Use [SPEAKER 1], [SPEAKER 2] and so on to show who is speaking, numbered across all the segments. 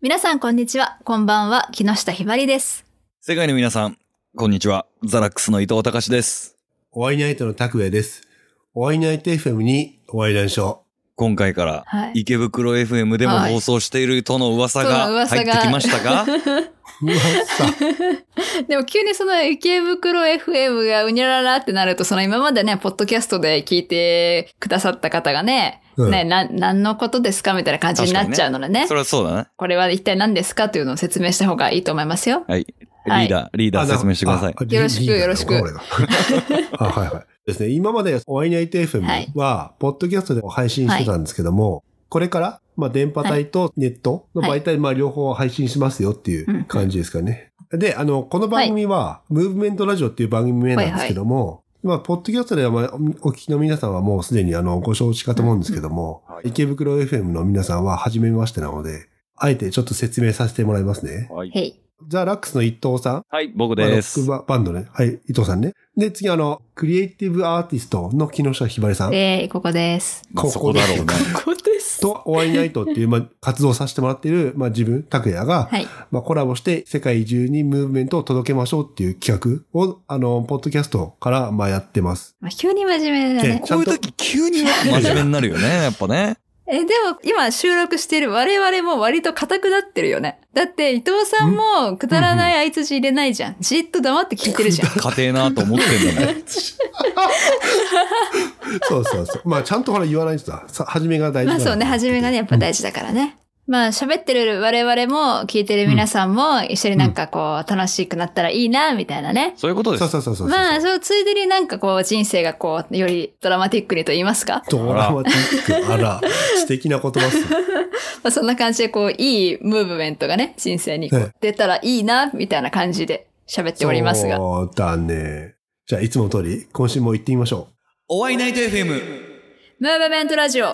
[SPEAKER 1] 皆さん、こんにちは。こんばんは。木下ひばりです。
[SPEAKER 2] 世界の皆さん、こんにちは。ザラックスの伊藤隆です。
[SPEAKER 3] おワイナイトの拓也です。おワイナイト FM におワイナイショー。
[SPEAKER 2] 今回から
[SPEAKER 1] はい。
[SPEAKER 2] 池袋 FM でも
[SPEAKER 1] はい
[SPEAKER 2] 放送しているとの噂
[SPEAKER 1] そう
[SPEAKER 2] が
[SPEAKER 1] 噂
[SPEAKER 2] 入
[SPEAKER 1] が
[SPEAKER 2] ってきまし たが、
[SPEAKER 3] うわさ、
[SPEAKER 1] でも急にその池袋 FM がうにゃららってなると、その今までね、ポッドキャストで聞いてくださった方がね、
[SPEAKER 3] うん
[SPEAKER 1] ね、な、何のことですかみたいな感じになっちゃうのでね
[SPEAKER 2] そ。れはそうだね。
[SPEAKER 1] これは一体何ですかというのを説明した方がいいと思いますよ。
[SPEAKER 2] はい。リ
[SPEAKER 1] はい
[SPEAKER 2] ーダー、リーダー説明してください。
[SPEAKER 3] あ
[SPEAKER 1] よろしく
[SPEAKER 3] リーダー
[SPEAKER 1] よろしく
[SPEAKER 3] これ俺があはいはい。ですね、今までおワイナイト
[SPEAKER 1] はい
[SPEAKER 3] FM は、ポッドキャストでも配信してたんですけども、これから、まあ、電波帯とネットの媒体、まあ、両方配信しますよってい
[SPEAKER 1] うん
[SPEAKER 3] う感じですかね。で、あの、この番組は、ムーブメントラジオっていう番組名なんですけども、まあ、ポッドキャストでは、まあ、お聞きの皆さんはもうすでにあの、ご承知かと思うんですけども、
[SPEAKER 2] うんはい
[SPEAKER 3] 池袋 FM の皆さんは初めましてなので、あえてちょっと説明させてもらいますね。
[SPEAKER 2] はい。
[SPEAKER 1] へい。
[SPEAKER 3] ザ・ラックスの伊藤さん
[SPEAKER 2] はい、僕
[SPEAKER 3] まあロ
[SPEAKER 2] で
[SPEAKER 3] ッ
[SPEAKER 2] す
[SPEAKER 3] ク。ババンドね。はい、伊藤さんね。で、次、あの、クリエイティブアーティストの木下ひばりさん
[SPEAKER 1] で、ここです。
[SPEAKER 2] まあ
[SPEAKER 3] ここ
[SPEAKER 2] そこだろうね。
[SPEAKER 1] ここです。
[SPEAKER 3] と、オワイナイトっていう、まあ、活動させてもらっている、まあ、自分、拓也が、
[SPEAKER 1] はい。
[SPEAKER 3] まあ、コラボして世界中にムーブメントを届けましょうっていう企画を、あの、ポッドキャストから、まあ、やってます。
[SPEAKER 1] まあ、急に真面目だね
[SPEAKER 3] ね。
[SPEAKER 2] こういう時急に真面目になるよ ね、やっぱね。
[SPEAKER 1] え、でも今収録している我々も割と硬くなってるよね。だって伊藤さんもくだらない相槌入れないじゃん。じっと黙って聞いてるじゃん。
[SPEAKER 2] 家庭なと思ってんだね。
[SPEAKER 3] そうそ うそう。まあ、ちゃんとほら言わないとさ、さ初めが大事
[SPEAKER 1] ま
[SPEAKER 3] な
[SPEAKER 1] あ
[SPEAKER 3] の
[SPEAKER 1] そうね、初めがね、やっぱ大事だからね。まあ喋ってる我々も聞いてる皆さんも一緒になんかこう楽しくなったらいいな、みたいなね。
[SPEAKER 2] そういうことで
[SPEAKER 3] そう
[SPEAKER 2] す。
[SPEAKER 3] そうそうそう。
[SPEAKER 1] まあ、そう、ついでになんかこう人生がこう、よりドラマティックにと言いますか。
[SPEAKER 3] ドラマティック。あら、素敵な言葉っすね。
[SPEAKER 1] まあそんな感じでこう、いいムーブメントがね、人生にこう
[SPEAKER 3] はい
[SPEAKER 1] 出たらいいな、みたいな感じで喋っておりますが。
[SPEAKER 3] そうだね。じゃあ、いつもの通り、今週も行ってみましょう。
[SPEAKER 2] お会いナイト FM。
[SPEAKER 1] ムーブメントラジオ。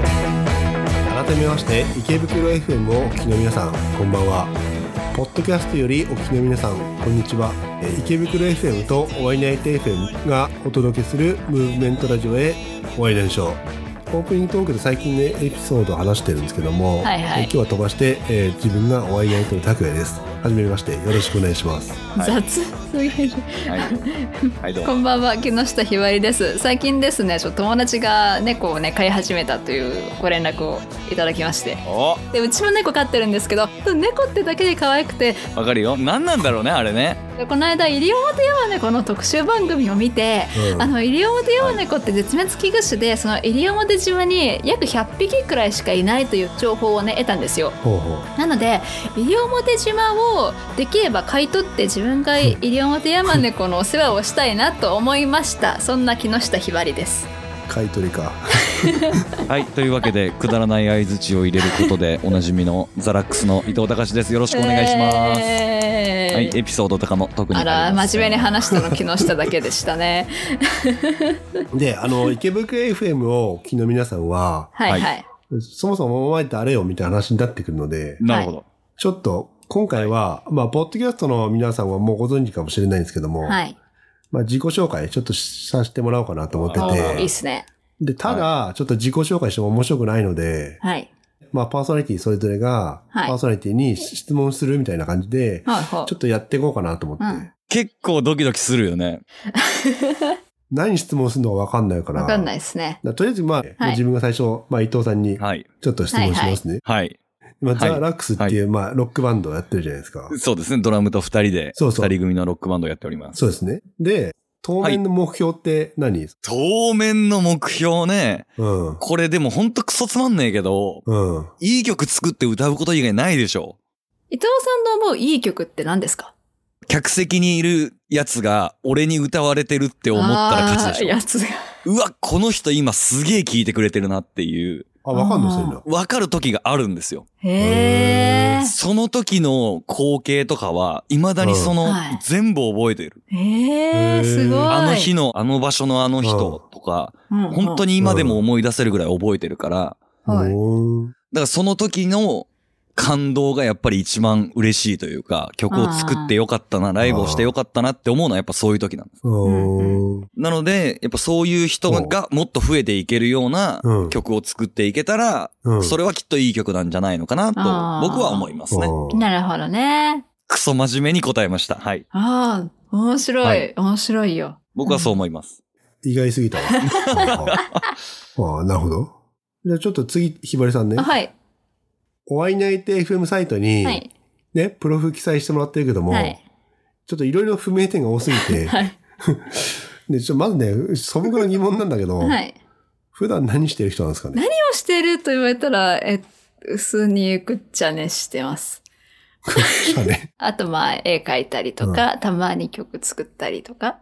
[SPEAKER 3] 改めまして池袋 FM をお聞きの皆さんこんばんはポッドキャストよりお聞きの皆さんこんにちはえー池袋 FM とお会いナイト FM がお届けするムーブメントラジオへお会いでしょうオープニングトークで最近ねエピソードを話してるんですけども、
[SPEAKER 1] はいはい
[SPEAKER 3] えー今日は飛ばして、えー自分がお会いナイトの拓也ですはじめましてよろしくお願いします
[SPEAKER 2] はい
[SPEAKER 1] 雑すぎる。
[SPEAKER 2] はい。はい、どう
[SPEAKER 1] こ
[SPEAKER 2] も。
[SPEAKER 1] んばんは、木下ひばりです。最近ですね、ちょっと友達が猫をね、飼い始めたというご連絡をいただきまして。
[SPEAKER 2] お
[SPEAKER 1] で、うちも猫飼ってるんですけど、猫ってだけで可愛くて、
[SPEAKER 2] わかるよ。何なんだろうね、あれね。
[SPEAKER 1] でこの間、西表山猫の特集番組を見て、
[SPEAKER 3] うん
[SPEAKER 1] あの西表山猫って絶滅危惧種でその西表島に約100匹くらいしかいないという情報をね得たんですよ
[SPEAKER 3] ほうほう
[SPEAKER 1] なので西表島をできれば買い取って自分が西表山猫のお世話をしたいなと思いましたそんな木下ひばりです
[SPEAKER 3] 買い取 りか
[SPEAKER 2] はい、というわけで、くだらない相槌を入れることで、おなじみのザラックスの伊藤隆です。よろしくお願いします。
[SPEAKER 1] えー
[SPEAKER 2] はい、エピソードとかも特に
[SPEAKER 1] あ
[SPEAKER 2] ありません
[SPEAKER 1] ら真面目に話したの木下だけでしたね
[SPEAKER 3] であの池袋 FM をお聞きの皆さんは
[SPEAKER 1] はいはい、
[SPEAKER 2] は
[SPEAKER 3] そもそもお前ってあれよみたいな話になってくるので
[SPEAKER 2] なるほど。
[SPEAKER 3] ちょっと、今回は、まあ、ポッドキャストの皆さんはもうご存知かもしれないんですけども、
[SPEAKER 1] はい
[SPEAKER 3] まあ、自己紹介ちょっとさせてもらおうかなと思
[SPEAKER 1] お
[SPEAKER 3] っ
[SPEAKER 1] ーいい
[SPEAKER 3] て、
[SPEAKER 1] ってすね
[SPEAKER 3] で、ただ、ちょっと自己紹介しても面白くないので、
[SPEAKER 1] はい
[SPEAKER 3] まあ、パーソナリティそれぞれが、
[SPEAKER 1] はい
[SPEAKER 3] パーソナリティに質問するみたいな感じで、
[SPEAKER 1] はいはい
[SPEAKER 3] ちょっとやっていこうかなと思って、
[SPEAKER 1] うん
[SPEAKER 2] 結構ドキドキするよね。
[SPEAKER 3] 何質問するのかわかんないから、
[SPEAKER 1] わかんない
[SPEAKER 3] い。
[SPEAKER 1] ですね
[SPEAKER 3] とりあえず、まあ、自分が最初、まあ、伊藤さんに、
[SPEAKER 2] はい。
[SPEAKER 3] ちょっと質問しますね。
[SPEAKER 2] はい。
[SPEAKER 3] 今、
[SPEAKER 2] はい
[SPEAKER 3] ザ・ラックスっていう、まあ、ロックバンドをやってるじゃないですか。
[SPEAKER 2] そうですね。ドラムと二人で、
[SPEAKER 3] そうそう
[SPEAKER 2] 二人組のロックバンドをやっております。
[SPEAKER 3] そうですね。で、当面の目標って何、
[SPEAKER 2] 当面の目標ね。
[SPEAKER 3] うん。
[SPEAKER 2] これでもほんとクソつまんねえけど、
[SPEAKER 3] うん。
[SPEAKER 2] いい曲作って歌うこと以外ないでしょ。
[SPEAKER 1] 伊藤さんの思ういい曲って何ですか
[SPEAKER 2] 客席にいるやつが俺に歌われてるって思ったら勝ちで
[SPEAKER 1] あー
[SPEAKER 2] しょ。
[SPEAKER 1] やつが。
[SPEAKER 2] うわ、この人今すげえ聴いてくれてるなっていう、
[SPEAKER 3] あ、わかんの
[SPEAKER 1] あー
[SPEAKER 3] そういうの。
[SPEAKER 2] わかる時があるんですよ。
[SPEAKER 1] へ
[SPEAKER 3] へ
[SPEAKER 2] その時の光景とかは、未だにその、
[SPEAKER 1] うんはい
[SPEAKER 2] 全部覚えてる。
[SPEAKER 1] え。へえ、すごい。
[SPEAKER 2] あの日の、あの場所のあの人とか、
[SPEAKER 1] うん、
[SPEAKER 2] 本当
[SPEAKER 1] に。
[SPEAKER 2] に今でも思い出せるぐらい覚えてるから、
[SPEAKER 1] はい
[SPEAKER 3] おー
[SPEAKER 2] だからその時の感動がやっぱり一番嬉しいというか、曲を作ってよかったな、ライブをしてよかったなって思うのはやっぱそういう時なんです。
[SPEAKER 3] うん。
[SPEAKER 2] なので、やっぱそういう人がもっと増えていけるような
[SPEAKER 3] うん
[SPEAKER 2] 曲を作っていけたら、
[SPEAKER 3] うん。
[SPEAKER 2] それはきっといい曲なんじゃないのかなと
[SPEAKER 1] あー
[SPEAKER 2] 僕は思いますね。
[SPEAKER 3] うん
[SPEAKER 1] なるほどね。
[SPEAKER 2] クソ真面目に答えました。はい。
[SPEAKER 1] ああ、面白い,、
[SPEAKER 2] はい
[SPEAKER 1] 面白いよ。
[SPEAKER 2] 僕はそう思います。
[SPEAKER 3] 意外す ぎたわ。ああ、なるほど。じゃあちょっと次、ひばりさんね
[SPEAKER 1] あ。はい。
[SPEAKER 3] お会いないて FM サイトに、
[SPEAKER 1] はい。
[SPEAKER 3] ね、プロフ記載してもらってるけども、
[SPEAKER 1] はい。
[SPEAKER 3] ちょっといろいろ不明点が多すぎて、
[SPEAKER 1] はい。
[SPEAKER 3] でちょっとまず ね、素朴な疑問なんだけど、
[SPEAKER 1] はい。
[SPEAKER 3] 普段何してる人なんですかね
[SPEAKER 1] 何をしてると言われたら、え、普通にぐっちゃねしてます。
[SPEAKER 3] かね。
[SPEAKER 1] あと、まあ、絵描いたりとか、たまに曲作ったりとか。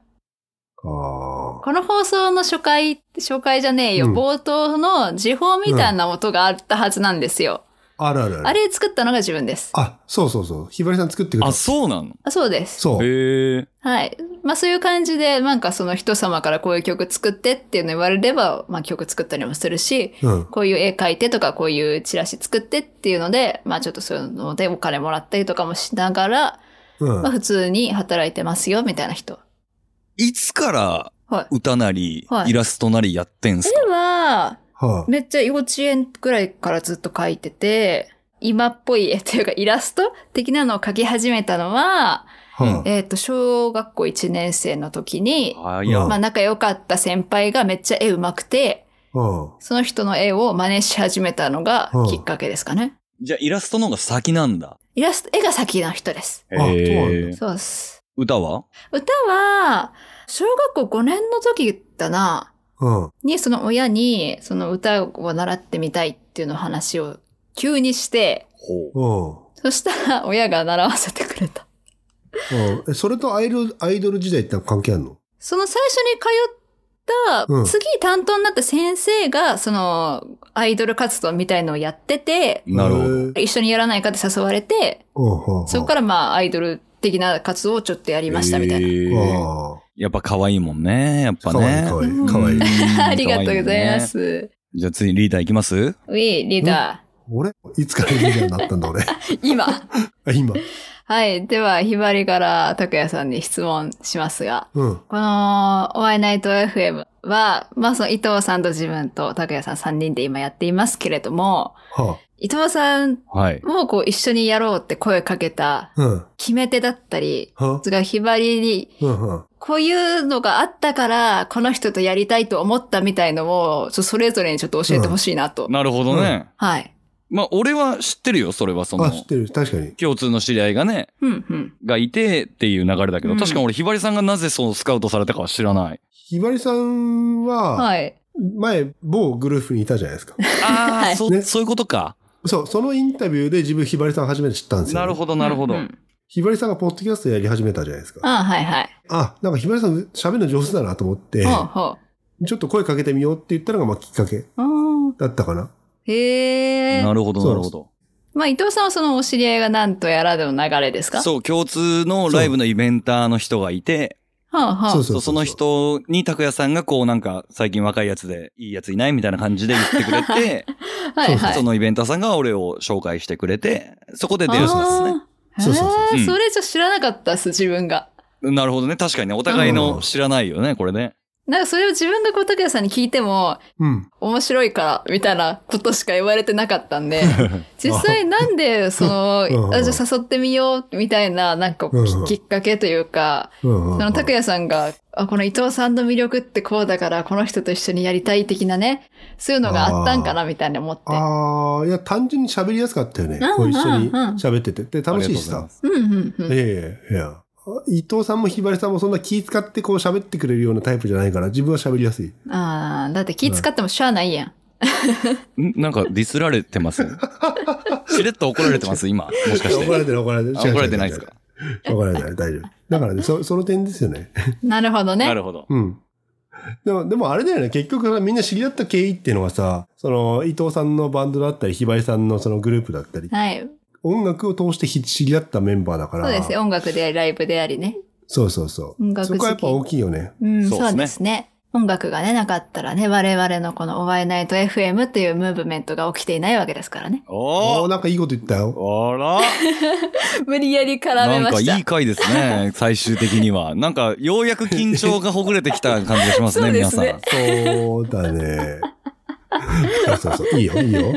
[SPEAKER 3] ああ。
[SPEAKER 1] この放送の初回、初回じゃねえよ、
[SPEAKER 3] うん
[SPEAKER 1] 冒頭の時報みたいな音があったはずなんですよ。
[SPEAKER 3] あるあるある。
[SPEAKER 1] あれ作ったのが自分です。
[SPEAKER 3] あ、そうそうそう。ひばりさん作ってくれ
[SPEAKER 2] あ、
[SPEAKER 3] た。
[SPEAKER 2] そうなの
[SPEAKER 1] あそうです。
[SPEAKER 3] そう。
[SPEAKER 2] へえ。
[SPEAKER 1] はい。まあそういう感じで、なんかその人様からこういう曲作ってっていうの言われれば、まあ曲作ったりもするし、
[SPEAKER 3] うん。
[SPEAKER 1] こういう絵描いてとか、こういうチラシ作ってっていうので、まあちょっとそういうのでお金もらったりとかもしながら、
[SPEAKER 3] うん
[SPEAKER 1] まあ。普通に働いてますよ、みたいな人。
[SPEAKER 2] いつから
[SPEAKER 1] はい。
[SPEAKER 2] 歌なり、
[SPEAKER 1] はい
[SPEAKER 2] イラストなりやってんすか
[SPEAKER 1] では、
[SPEAKER 3] は
[SPEAKER 1] めっちゃ幼稚園くらいからずっと描いてて、今っぽい絵というかイラスト的なのを描き始めたのは、
[SPEAKER 3] あ。はあ。
[SPEAKER 1] えっ、と、小学校1年生の時に、
[SPEAKER 2] あ
[SPEAKER 3] いや
[SPEAKER 1] まあ仲良かった先輩がめっちゃ絵うまくて、
[SPEAKER 3] うん。
[SPEAKER 1] その人の絵を真似し始めたのが
[SPEAKER 3] うん
[SPEAKER 1] きっかけですかね。
[SPEAKER 2] じゃあイラストの方が先なんだ。
[SPEAKER 1] イラスト、絵が先の人です。
[SPEAKER 3] あそうなん
[SPEAKER 1] そうです。
[SPEAKER 2] 歌は
[SPEAKER 1] 歌は、小学校5年の時だな、
[SPEAKER 3] うん。
[SPEAKER 1] にその親にその歌を習ってみたいっていうのを話を急にして、
[SPEAKER 2] ほう。
[SPEAKER 3] うん。
[SPEAKER 1] そしたら親が習わせてくれた。
[SPEAKER 3] うんえ、それとアイドル、アイドル時代って関係あるの
[SPEAKER 1] その最初に通った、
[SPEAKER 3] うん
[SPEAKER 1] 次担当になった先生が、その、アイドル活動みたいのをやってて、
[SPEAKER 2] なるほど。
[SPEAKER 1] 一緒にやらないかって誘われて、
[SPEAKER 3] ほど
[SPEAKER 1] そこからまあアイドル的な活動をちょっとやりましたみたいな。
[SPEAKER 2] な。
[SPEAKER 3] あ
[SPEAKER 2] やっぱ可愛いもんね。やっぱ
[SPEAKER 3] あ。かわいい
[SPEAKER 2] ね
[SPEAKER 3] か。わい
[SPEAKER 1] うん
[SPEAKER 3] い。かわいい。
[SPEAKER 2] うん
[SPEAKER 1] ありがとうございま。
[SPEAKER 2] 可愛ね
[SPEAKER 1] す。
[SPEAKER 2] じゃあ次リーダーいきます
[SPEAKER 1] ウィーリーダ
[SPEAKER 3] 俺いつからリーダーになったんだ俺。 あ、
[SPEAKER 1] ー。今。
[SPEAKER 3] 今。
[SPEAKER 1] はい。では、ひばりから拓也さんに質問しますが、
[SPEAKER 3] うん。
[SPEAKER 1] この、お会いナイト FM は、まあ、その伊藤さんと自分と拓也さん3人で今やっていますけれども、
[SPEAKER 3] は
[SPEAKER 1] 伊藤さん
[SPEAKER 2] はい。
[SPEAKER 1] もこう一緒にやろうって声かけた
[SPEAKER 3] あ。うん。
[SPEAKER 1] 決め手だったり、
[SPEAKER 3] は
[SPEAKER 1] それからひばりに
[SPEAKER 3] うんうん。
[SPEAKER 1] こういうのがあったから、この人とやりたいと思ったみたいのを、ちょそれぞれにちょっと教えてほしいなと。
[SPEAKER 2] なるほどね。
[SPEAKER 1] はい。
[SPEAKER 2] まあ俺は知ってるよ、それはその
[SPEAKER 3] あ、。知ってる。確かに。
[SPEAKER 2] 共通の知り合いがね、
[SPEAKER 1] うんうん。
[SPEAKER 2] がいてっていう流れだけど、
[SPEAKER 1] うん
[SPEAKER 2] 確かに俺ひばりさんがなぜそうスカウトされたかは知らない。
[SPEAKER 3] ひばりさんは、
[SPEAKER 1] はい。
[SPEAKER 3] 前、某グループにいたじ ゃないですか。
[SPEAKER 2] ああ、
[SPEAKER 1] はい
[SPEAKER 2] そ
[SPEAKER 3] ね
[SPEAKER 2] そういうことか。
[SPEAKER 3] そう、そのインタビューで自分ひばりさん初めて知ったんですよ。
[SPEAKER 2] なるほど、なるほど。
[SPEAKER 1] うんうん
[SPEAKER 3] ひばりさんがポッドキャストやり始めたじゃないですか。
[SPEAKER 1] あはいはい。
[SPEAKER 3] あ、なんかひばりさん喋るの上手だなと思って、
[SPEAKER 1] ほうほ
[SPEAKER 3] ちょっと声かけてみようって言ったのがまあきっかけ
[SPEAKER 1] う。うん
[SPEAKER 3] だったかな。
[SPEAKER 1] へえ。
[SPEAKER 2] なるほど、
[SPEAKER 3] そう
[SPEAKER 2] なるほど。
[SPEAKER 1] まあ、伊藤さんはそのお知り合いがなんとやらでの流れですかう。
[SPEAKER 2] そう、共通のライブのイベンターの人がいて、
[SPEAKER 1] はあ、はあ、
[SPEAKER 3] そう
[SPEAKER 2] そうその人に拓也さんがこうなんか最近若いやつでいいやついないみたいな感じで言ってくれて、
[SPEAKER 1] はいはい。
[SPEAKER 2] そのイベンターさんが俺を紹介してくれて、そこで出会ったんですね。
[SPEAKER 1] あー
[SPEAKER 3] そうそう
[SPEAKER 2] そ
[SPEAKER 1] へ
[SPEAKER 2] う
[SPEAKER 1] ー
[SPEAKER 2] うん
[SPEAKER 1] それじゃ知らなかったっす、自分が。
[SPEAKER 2] なるほどね。確かにね。お互いの知らないよね、これね。
[SPEAKER 1] なんかそれを自分がこう、拓也さんに聞いても、
[SPEAKER 3] うん。
[SPEAKER 1] 面白いから、みたいなことしか言われてなかったん で、実際なんで、そ
[SPEAKER 3] うん
[SPEAKER 1] の、あじゃあ誘ってみよう、みたいな、なんか
[SPEAKER 3] うん
[SPEAKER 1] ききっかけというか、
[SPEAKER 3] うんうん
[SPEAKER 1] その拓也さんが、あ、この伊藤さんの魅力ってこうだから、この人と一緒にやりたい的なね、そういうのがあったんかな、みたいに思って。
[SPEAKER 3] ああ、いや、単純に喋りやすかったよね。
[SPEAKER 1] うん
[SPEAKER 3] こう一緒に
[SPEAKER 1] うんうん
[SPEAKER 3] 喋ってて。で、楽しいし
[SPEAKER 2] ありがとうござ
[SPEAKER 3] さ
[SPEAKER 2] ま。す。
[SPEAKER 1] うんうんうん。
[SPEAKER 3] ええいや。伊藤さんもひばりさんもそんな気使ってこう喋ってくれるようなタイプじゃないから、自分は喋りやすい。
[SPEAKER 1] ああ、だって気使ってもしゃあないやん。
[SPEAKER 2] んなんかディスられてます しれっと怒られてます今。もしかし
[SPEAKER 3] 怒
[SPEAKER 2] て。
[SPEAKER 3] られてない、怒られ
[SPEAKER 2] あ
[SPEAKER 3] てない。
[SPEAKER 2] 怒られてないですか
[SPEAKER 3] 違う違う違う怒られてない、大丈夫。だからね、そその点ですよね。
[SPEAKER 1] なるほど
[SPEAKER 2] な
[SPEAKER 1] ね。
[SPEAKER 2] るほど。
[SPEAKER 3] うん。でも、でもあれだよね、結局さみんな知り合った経緯っていうのがさ、その、伊藤さんのバンドだったり、ひばりさんのそのグループだったり、
[SPEAKER 1] はい。
[SPEAKER 3] 音楽を通してひ知り合ったメンバーだから。
[SPEAKER 1] そうですよ。音楽であり、ライブでありね。
[SPEAKER 3] そうそうそう。
[SPEAKER 1] 音楽好
[SPEAKER 3] そ
[SPEAKER 1] き
[SPEAKER 3] こはやっぱ大きいよね。
[SPEAKER 1] うん、
[SPEAKER 2] そう
[SPEAKER 1] そ
[SPEAKER 2] ですね
[SPEAKER 1] うですね。音楽がね、なかったらね、我々のこのお会いナイト FM っていうムーブメントが起きていないわけですから ね。
[SPEAKER 2] お
[SPEAKER 3] お
[SPEAKER 2] お
[SPEAKER 3] なんかいいこと言ったよ。
[SPEAKER 2] あら
[SPEAKER 1] 無理やり絡め
[SPEAKER 2] なん
[SPEAKER 1] ま
[SPEAKER 2] か
[SPEAKER 1] した。
[SPEAKER 2] いい回です ね、最終的には。なんか、ようやく緊張がほぐれてきた感じがします
[SPEAKER 1] そ
[SPEAKER 2] ね、
[SPEAKER 1] うで
[SPEAKER 2] 皆
[SPEAKER 1] す
[SPEAKER 2] さ
[SPEAKER 1] ね
[SPEAKER 2] ん。
[SPEAKER 3] そうだね。そうそうそう。いいよ、いいよ。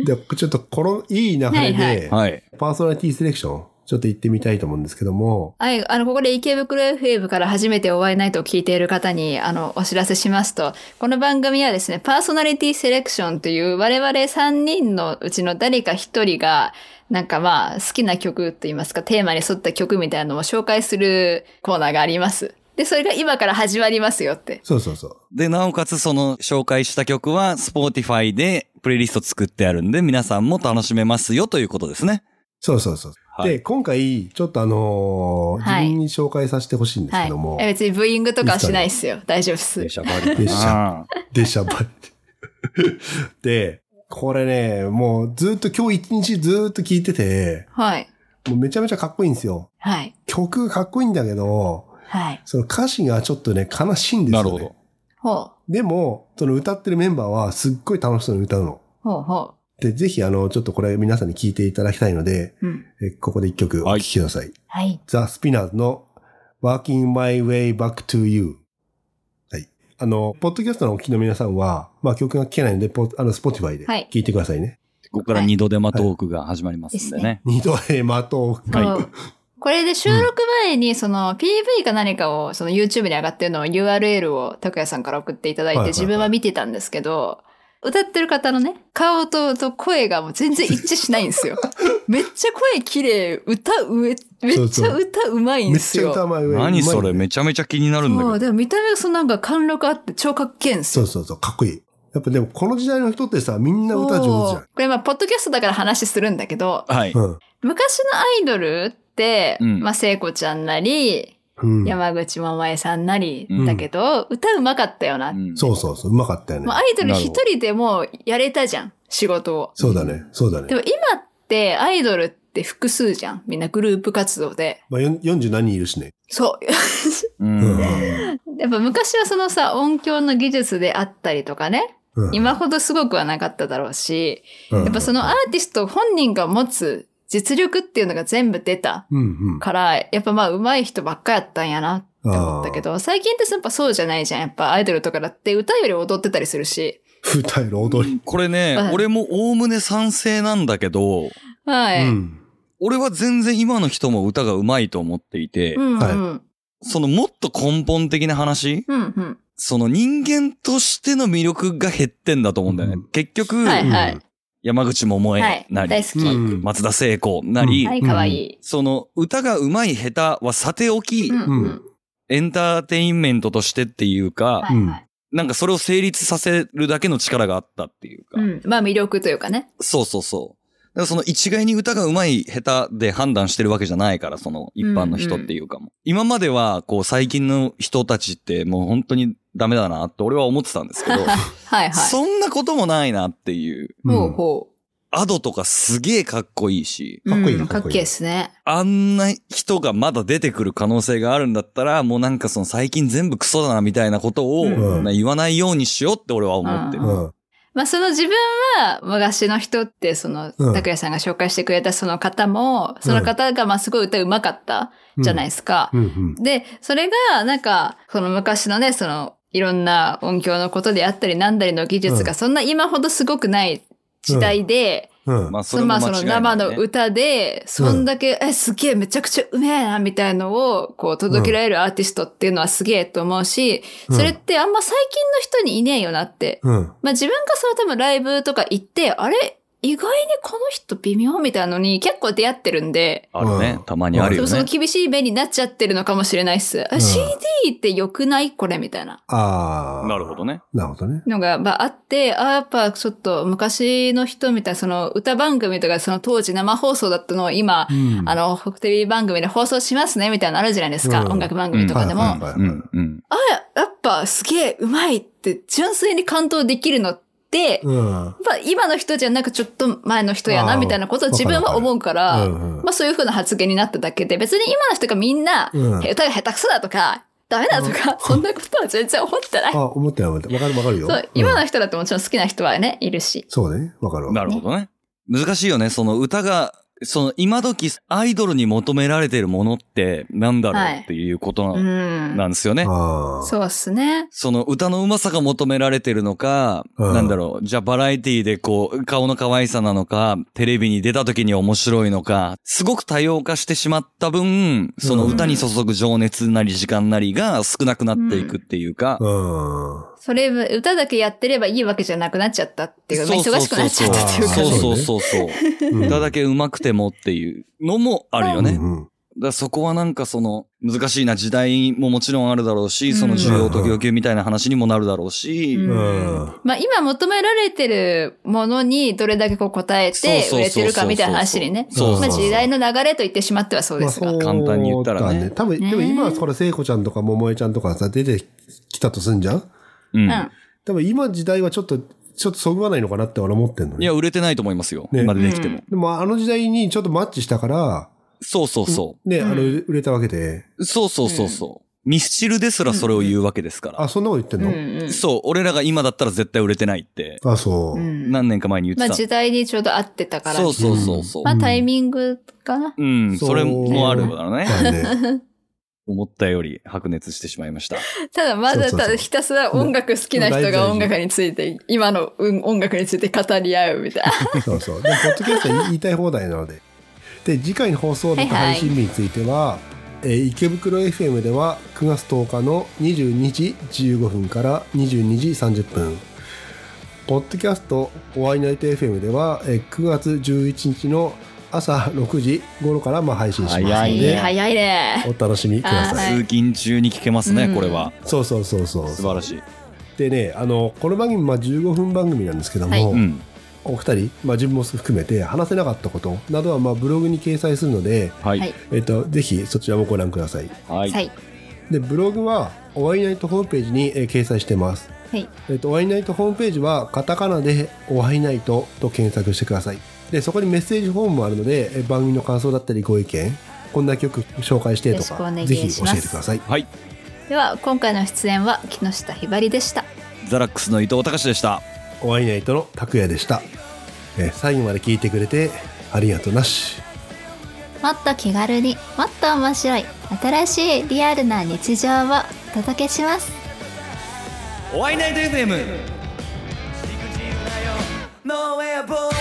[SPEAKER 3] で、ちょっとこの、いい流れで、
[SPEAKER 1] はい
[SPEAKER 2] はい。
[SPEAKER 3] パーソナリティセレクション、ちょっと行ってみたいと思うんですけども、
[SPEAKER 1] はい、あの、ここで池袋 FM から初めてお会いナイトを聞いている方に、あの、お知らせしますと、この番組はですね、パーソナリティセレクションという我々3人のうちの誰か1人が、なんかまあ、好きな曲といいますか、テーマに沿った曲みたいなのを紹介するコーナーがあります。で、それが今から始まりますよって。
[SPEAKER 3] そうそうそう。
[SPEAKER 2] で、なおかつその紹介した曲は、Spotify でプレイリスト作ってあるんで、皆さんも楽しめますよということですね。
[SPEAKER 3] そうそうそう。
[SPEAKER 2] はい
[SPEAKER 3] で、今回、ちょっとあのー
[SPEAKER 1] はい
[SPEAKER 3] 自分に紹介させてほしいんです
[SPEAKER 1] は
[SPEAKER 3] け
[SPEAKER 1] い
[SPEAKER 3] ども、。
[SPEAKER 1] え別にブーイングとかはしないっすよ。大丈夫っす。
[SPEAKER 2] しゃばり
[SPEAKER 3] でし
[SPEAKER 2] ゃ。
[SPEAKER 3] でしゃ ばり。で、これね、もうずっと今日一日ずっと聞いてて、
[SPEAKER 1] はい。
[SPEAKER 3] もうめちゃめちゃかっこいいんですよ。
[SPEAKER 1] はい。
[SPEAKER 3] 曲がかっこいいんだけど、
[SPEAKER 1] はい。
[SPEAKER 3] その歌詞がちょっとね、悲しいんですよ、
[SPEAKER 2] なるほ
[SPEAKER 3] ね。
[SPEAKER 2] ど。
[SPEAKER 1] ほ
[SPEAKER 3] でも、その歌ってるメンバーはすっごい楽しそうに歌うの。
[SPEAKER 1] う。ほうほ
[SPEAKER 3] で、ぜひあの、ちょっとこれ皆さんに聴いていただきたいので、
[SPEAKER 1] う。うん。
[SPEAKER 3] えここで一曲お聴きください。
[SPEAKER 1] はい。
[SPEAKER 3] ザ・スピナーズの Working My Way Back to You。はい。あの、ポッドキャストのお聞きの皆さんは、まあ曲が聴けないので、ポあの、スポティファイで
[SPEAKER 1] は
[SPEAKER 3] 聴
[SPEAKER 1] い
[SPEAKER 3] いてくださいね。
[SPEAKER 2] ここから二度手間トークが始まりますんでね。
[SPEAKER 3] 二度へ的を置く。
[SPEAKER 2] はい
[SPEAKER 1] そうこれで収録前に、その PV か何かを、その YouTube に上がってるのを URL を拓也さんから送っていただいて、
[SPEAKER 3] はいはいはい
[SPEAKER 1] 自分は見てたんですけど、歌ってる方のね、顔とと声がもう全然一致しないんですよ。めっちゃ声綺麗、歌うめ、めっちゃ歌うまいん
[SPEAKER 3] め
[SPEAKER 1] で
[SPEAKER 3] っ
[SPEAKER 1] す
[SPEAKER 3] ちゃ
[SPEAKER 1] よ。
[SPEAKER 3] 歌うまい上
[SPEAKER 2] 何それ
[SPEAKER 3] うまい
[SPEAKER 2] めちゃめちゃ気になるんだ
[SPEAKER 1] そう
[SPEAKER 2] けど。
[SPEAKER 1] でも見た目がそのなんか貫禄あって超かっけえんです
[SPEAKER 3] そ
[SPEAKER 1] よ。
[SPEAKER 3] うそうそう、かっこいい。やっぱでもこの時代の人ってさ、みんな歌上
[SPEAKER 1] そうこれまあ、ポッドキャストだから話するんだけど、
[SPEAKER 2] はい
[SPEAKER 3] 手じ。ゃん。
[SPEAKER 1] 昔のアイドルって、
[SPEAKER 2] うん
[SPEAKER 1] まあ、聖子ちゃんなり、
[SPEAKER 3] うん。うん。
[SPEAKER 1] 山口百恵さんなり
[SPEAKER 2] うん
[SPEAKER 1] だけど、歌うまかったよな。
[SPEAKER 2] うん
[SPEAKER 3] そうそうそう、うまかったよね
[SPEAKER 1] もう。アイドル一人でもうやれたじゃん、仕事を。
[SPEAKER 3] そうだね、そうだね
[SPEAKER 1] で。も今ってアイドルって複数じゃん。みんなグループ活動で。
[SPEAKER 3] まあ、よん40何人いるしね。
[SPEAKER 1] そう。
[SPEAKER 2] うん
[SPEAKER 3] うん
[SPEAKER 1] やっぱ昔はそのさ、音響の技術であったりとかね、
[SPEAKER 3] うん
[SPEAKER 1] 今ほどすごくはなかっただろうし、
[SPEAKER 3] や
[SPEAKER 1] やっぱそのアーティスト本人が持つ実力っていうのが全部出た
[SPEAKER 3] うんうん。
[SPEAKER 1] から、やっぱまあ上手い人ばっかやったんやなって思ったけど、最近ってやっぱそうじゃないじゃん。やっぱアイドルとかだって歌より踊ってたりするし。
[SPEAKER 3] 歌える踊り。
[SPEAKER 2] これね
[SPEAKER 1] は、い
[SPEAKER 2] 俺もおおむね賛成なんだけど、
[SPEAKER 1] はい。う、
[SPEAKER 3] うんん。
[SPEAKER 2] 俺は全然今の人も歌が上手いと思っていて
[SPEAKER 1] う、ん、うん。
[SPEAKER 3] はい
[SPEAKER 2] そのもっと根本的な話、
[SPEAKER 1] うん、うん。
[SPEAKER 2] その人間としての魅力が減ってんだと思うんだよね。
[SPEAKER 3] うん
[SPEAKER 2] 結局、
[SPEAKER 1] はい、は
[SPEAKER 3] うん
[SPEAKER 1] い。
[SPEAKER 2] 山口百
[SPEAKER 1] は
[SPEAKER 2] 恵
[SPEAKER 1] い。
[SPEAKER 2] なり、
[SPEAKER 1] 大好き。
[SPEAKER 3] うん
[SPEAKER 2] 松田聖子なり、
[SPEAKER 1] はい、かわいい。
[SPEAKER 2] その歌が上手い下手はさておき、
[SPEAKER 1] うん、うん。
[SPEAKER 2] エンターテインメントとしてっていうか、
[SPEAKER 1] はい、はい。
[SPEAKER 2] なんかそれを成立させるだけの力があったっていうか、
[SPEAKER 1] うん。まあ魅力というかね。
[SPEAKER 2] そうそうそう。だからその一概に歌が上手い下手で判断してるわけじゃないから、その一般の人っていうかも。今までは、こう最近の人たちってもう本当にダメだなって俺は思ってたんですけど、
[SPEAKER 1] はい、はい。
[SPEAKER 2] そんなこともないなっていう。
[SPEAKER 3] うん
[SPEAKER 1] ほうほ
[SPEAKER 2] アドとかすげえかっこいいし、
[SPEAKER 1] う。
[SPEAKER 3] かっこいい
[SPEAKER 1] うん
[SPEAKER 3] か
[SPEAKER 1] か
[SPEAKER 3] っ
[SPEAKER 1] っ
[SPEAKER 3] こいい
[SPEAKER 1] けえっすね。
[SPEAKER 2] あんな人がまだ出てくる可能性があるんだったら、もうなんかその最近全部クソだなみたいなことを、
[SPEAKER 1] うん
[SPEAKER 2] な言わないようにしようって俺は思ってる。
[SPEAKER 1] うん
[SPEAKER 3] うん。
[SPEAKER 1] まあその自分は、昔の人って、その、
[SPEAKER 3] うん
[SPEAKER 1] 拓也さんが紹介してくれたその方も、その方がまあすごい歌うまかったじゃない
[SPEAKER 3] い。
[SPEAKER 1] ですか。
[SPEAKER 3] うんうん。
[SPEAKER 1] で、それが、なんか、その昔のね、その、いろんな音響のことであったり、なんだりの技術
[SPEAKER 3] う
[SPEAKER 1] が、そんな今ほどすごくない時代で、
[SPEAKER 3] うん
[SPEAKER 2] まあそ
[SPEAKER 1] そ
[SPEAKER 2] れ
[SPEAKER 1] の
[SPEAKER 2] も
[SPEAKER 1] まあ
[SPEAKER 2] 間
[SPEAKER 1] そ
[SPEAKER 2] 違
[SPEAKER 1] の
[SPEAKER 2] いない、ね。
[SPEAKER 1] 生の歌で、そんだけ、え、すげえ、めちゃくちゃうめえな、みたいのを、こう、届けられるアーティストっていうのはすげえと思うし、それってあんま最近の人にいねえよなって。
[SPEAKER 3] うん。
[SPEAKER 1] まあ自分がその多分ライブとか行って、あれ意外にこの人微妙みたいなのに結構出会ってるんで、
[SPEAKER 2] あるね
[SPEAKER 3] う。ん
[SPEAKER 2] たまにある
[SPEAKER 1] で
[SPEAKER 2] よ
[SPEAKER 1] も
[SPEAKER 2] ね。
[SPEAKER 1] その厳しい目になっちゃってるのかもしれないっす。あ
[SPEAKER 3] うん
[SPEAKER 1] CD って良くないこれみたいな
[SPEAKER 3] ああ。
[SPEAKER 2] なるほどね。
[SPEAKER 3] なるほどね。
[SPEAKER 1] のが、まあ、あって、あーやっぱちょっと昔の人みたいな、その歌番組とかその当時生放送だったのを今、あ
[SPEAKER 3] の、
[SPEAKER 1] の、テレビ番組で放送しますねみたいなのあるじゃないですか。
[SPEAKER 3] うん
[SPEAKER 1] 音楽番組とかでも。
[SPEAKER 3] はいはいは
[SPEAKER 2] う
[SPEAKER 3] い
[SPEAKER 2] ん、うん。
[SPEAKER 1] あやっぱすげえうまいって純粋に感動できるのって、やっ
[SPEAKER 3] うん。
[SPEAKER 1] ぱ今の人じゃなくちょっと前の人や
[SPEAKER 3] あ
[SPEAKER 1] な
[SPEAKER 3] ー
[SPEAKER 1] みたいなことを自分は思うから、
[SPEAKER 3] うんうん
[SPEAKER 1] まあそういう風な発言になっただけで、別に今の人がみんな、
[SPEAKER 3] うん
[SPEAKER 1] 歌が下手くそだとか、ダメだとか、
[SPEAKER 3] うん
[SPEAKER 1] そんなことは全然思ってない。
[SPEAKER 3] あ、思ったよ、思った。わかる、わかるよ。
[SPEAKER 1] そう、今の人だってもちろん好きな人はね、いるし。
[SPEAKER 3] そうね、わかるわ。
[SPEAKER 2] なるほどね。難しいよね。その歌が、その今時アイドルに求められてるものってなんだ
[SPEAKER 1] は
[SPEAKER 2] ろう
[SPEAKER 1] い
[SPEAKER 2] っていうことな,、
[SPEAKER 1] うん。
[SPEAKER 2] んですよね。
[SPEAKER 3] ああ。
[SPEAKER 1] そうっすね。
[SPEAKER 2] その歌のうまさが求められてるのか、
[SPEAKER 3] うん
[SPEAKER 2] なんだろう、じゃあバラエティでこう、顔の可愛さなのか、テレビに出た時に面白いのか、すごく多様化してしまった分、その歌に注ぐ情熱なり時間なりが少なくなっていくっていうか、
[SPEAKER 3] うん。
[SPEAKER 1] それ、歌だけやってればいいわけじゃなくなっちゃったっていうか、まあ忙しくなっちゃったっていうか
[SPEAKER 2] そう
[SPEAKER 1] ね。
[SPEAKER 2] そうそうそう。
[SPEAKER 3] うん
[SPEAKER 2] 歌だけ上手くてもっていうのもあるよね。
[SPEAKER 3] う
[SPEAKER 2] だか
[SPEAKER 3] んうん
[SPEAKER 2] らそこはなんかその難しいな時代ももちろんあるだろうし、その需要と供給みたいな話にもなるだろうし、
[SPEAKER 1] うん
[SPEAKER 3] うん
[SPEAKER 1] まあ今求められてるものにどれだけこう答えて売れてるかみたいな話にね。
[SPEAKER 2] そうそ
[SPEAKER 1] ま
[SPEAKER 2] うそ
[SPEAKER 1] あ
[SPEAKER 2] うそう
[SPEAKER 1] 時代の流れと言ってしまってはそうですが。
[SPEAKER 3] まあ
[SPEAKER 2] 簡単に言ったらね
[SPEAKER 3] そうだ多分、でも今はそれ聖子ちゃんとか桃江ちゃんとかさ、出てきたとすんじゃん
[SPEAKER 2] うん
[SPEAKER 3] 多分今時代はちょっと、ちょっとそぐわないのかなって俺は思ってんの
[SPEAKER 2] い
[SPEAKER 3] ね。
[SPEAKER 2] や、売れてないと思いますよ。
[SPEAKER 3] ね
[SPEAKER 2] までできても。
[SPEAKER 3] でもあの時代にちょっとマッチしたから、
[SPEAKER 2] そうそうそ
[SPEAKER 3] ね、あ
[SPEAKER 1] う
[SPEAKER 3] の、
[SPEAKER 1] ん
[SPEAKER 3] 売れたわけで。
[SPEAKER 2] う。そうそうそうそう。ミスチルですらそれを言うわけですから
[SPEAKER 3] あ、。そんなこと言ってん
[SPEAKER 1] うん。う
[SPEAKER 3] の、
[SPEAKER 1] んうん。
[SPEAKER 2] そう、俺らが今だったら絶対売れてないって、
[SPEAKER 3] あ、そう。
[SPEAKER 1] うん
[SPEAKER 2] 何年か前に
[SPEAKER 1] ま
[SPEAKER 2] 言
[SPEAKER 1] あ
[SPEAKER 2] って
[SPEAKER 1] 時代にちょうど合ってたか
[SPEAKER 2] た。
[SPEAKER 1] ら。
[SPEAKER 2] そうそうそうそう。
[SPEAKER 1] まあタイミングかな。
[SPEAKER 2] うん、
[SPEAKER 3] そう
[SPEAKER 2] それもあるからね。
[SPEAKER 3] だよね。
[SPEAKER 2] 思ったより白熱してしまいました。
[SPEAKER 1] ただまだ
[SPEAKER 3] そうそうそう
[SPEAKER 1] ただひたすら音楽好きな人が音楽について、今のうん音楽について語り合うみたいな。
[SPEAKER 3] そうそう。でも、ポッドキャストは言いたい放題なので。で、次回の放送日と配信日については、えー池袋 FM では9月10日の22時15分から22時30分。ポッドキャストお会いナイト FM では、えー9月11日の朝6時頃からまあ配信しますの
[SPEAKER 2] 早いね
[SPEAKER 3] で、
[SPEAKER 1] 早いね。
[SPEAKER 3] お楽しみください。
[SPEAKER 1] はい
[SPEAKER 2] 通勤中に聞けますね
[SPEAKER 1] う、ん
[SPEAKER 2] これは。
[SPEAKER 3] そうそうそうそう。
[SPEAKER 2] 素晴らしい。
[SPEAKER 3] でね、あの、この番組、まあ、15分番組なんですけども、
[SPEAKER 1] はい
[SPEAKER 2] うん。
[SPEAKER 3] お二人、まあ、自分も含めて話せなかったことなどは、まあ、ブログに掲載するので、
[SPEAKER 2] はい。
[SPEAKER 1] はい
[SPEAKER 3] えっと、ぜひそちらもご覧ください。
[SPEAKER 2] はい。
[SPEAKER 1] はい。
[SPEAKER 3] で、ブログは、お会いナイトホームページに、えー掲載してます。
[SPEAKER 1] はい。
[SPEAKER 3] えっと、お会いナイトホームページは、カタカナで、お会いナイトと検索してください。で、そこにメッセージフォームもあるので、えー番組の感想だったりご意見、こんな曲紹介してと
[SPEAKER 1] よろしくお
[SPEAKER 3] か、
[SPEAKER 1] 願い
[SPEAKER 3] ぜひ
[SPEAKER 1] し
[SPEAKER 3] 教
[SPEAKER 1] ます
[SPEAKER 3] えてください。
[SPEAKER 2] はい。
[SPEAKER 1] では今回の出演は木下ひばりでした。
[SPEAKER 2] ザラックスの伊藤隆でした。
[SPEAKER 3] お会いナイトの拓也でした。えー最後まで聞いてくれて、ありがとうなし。
[SPEAKER 4] もっと気軽にもっと面白い新しいリアルな日常をお届けします
[SPEAKER 2] お会いナイト FM!
[SPEAKER 5] Nowhere boy